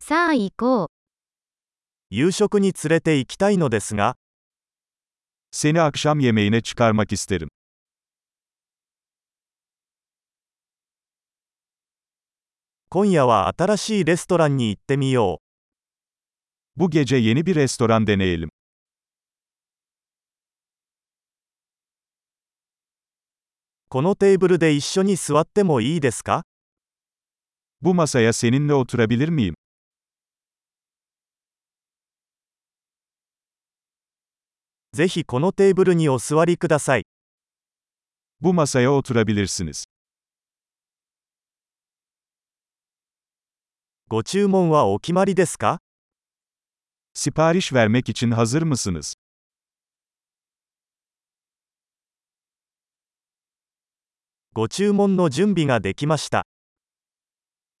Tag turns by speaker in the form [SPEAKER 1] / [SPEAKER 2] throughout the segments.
[SPEAKER 1] さあ行こう。
[SPEAKER 2] 夕食に連れて行きたいのですが、
[SPEAKER 3] Seni akşam yemeğine çıkarmak isterim.
[SPEAKER 2] 今夜は新しいレストランに行ってみよう。
[SPEAKER 3] Bu gece yeni bir restoran deneyelim.
[SPEAKER 2] このテーブルで一緒に座ってもいいですか
[SPEAKER 3] Bu masaya seninle oturabilir miyim?
[SPEAKER 2] ぜひこのテーブルにお座りください。
[SPEAKER 3] Bu masaya oturabilirsiniz.
[SPEAKER 2] ご注文はお決まりですか
[SPEAKER 3] Sipariş vermek için hazır mısınız?
[SPEAKER 2] ご注文の準備ができました。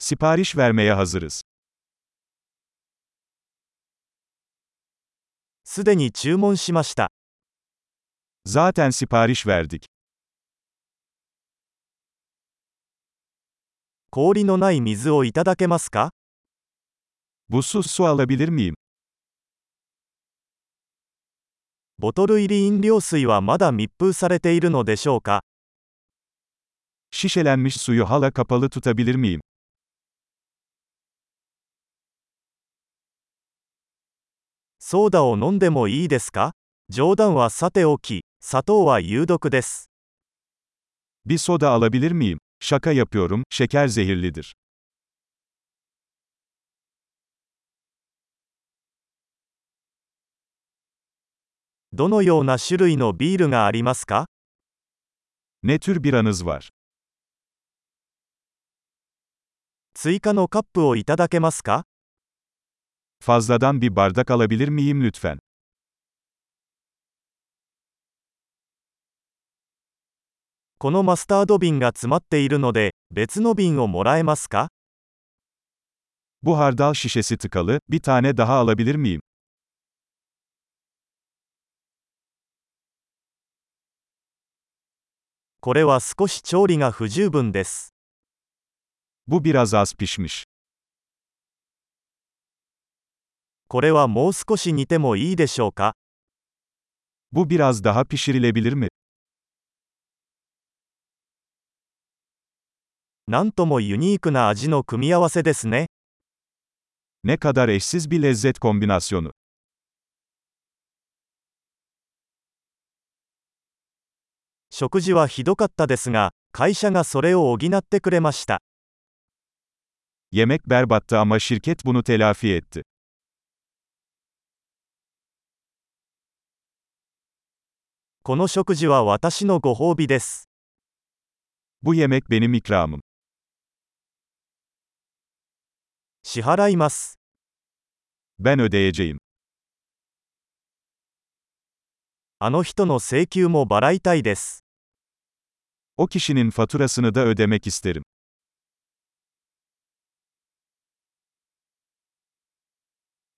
[SPEAKER 3] Sipariş vermeye hazırız.
[SPEAKER 2] すでに注文しました。
[SPEAKER 3] Zaten sipariş verdik.
[SPEAKER 2] 氷のない水をいただけますか
[SPEAKER 3] Buzsuz su alabilir miyim?
[SPEAKER 2] ボトル入り飲料水はまだ密封されているのでしょうか
[SPEAKER 3] Şişelenmiş suyu hala kapalı tutabilir miyim?
[SPEAKER 2] ソーダを飲んでもいいですか冗談はさておき、砂糖は有毒です。
[SPEAKER 3] Bir soda alabilir miyim? Şaka yapıyorum, şeker zehirlidir.
[SPEAKER 2] どのような種類のビールがありますか
[SPEAKER 3] Ne tür biranız var?
[SPEAKER 2] 追加のカップをいただけますか
[SPEAKER 3] Fazladan bir bardak alabilir miyim lütfen?
[SPEAKER 2] このマスタード瓶が詰まっているので、別の瓶をもらえますか
[SPEAKER 3] Bu hardal şişesi tıkalı, bir tane daha alabilir miyim?
[SPEAKER 2] これは少し調理が不十分です。
[SPEAKER 3] Bu biraz az pişmiş.
[SPEAKER 2] これはもう少し煮てもいいでしょうか
[SPEAKER 3] Bu biraz daha pişirilebilir mi?
[SPEAKER 2] なんともユニークな味の組み合わせですね。
[SPEAKER 3] Ne kadar eşsiz bir lezzet kombinasyonu.
[SPEAKER 2] 食事はひどかったですが、会社がそれを補ってくれました。
[SPEAKER 3] Yemek berbattı ama şirket bunu telafi etti.
[SPEAKER 2] この食事は私のご褒美です。
[SPEAKER 3] Bu yemek benim ikramım.
[SPEAKER 2] 支払います。
[SPEAKER 3] Ben ödeyeceğim.
[SPEAKER 2] あの人の請求も払いたいです。
[SPEAKER 3] O kişinin faturasını da ödemek isterim.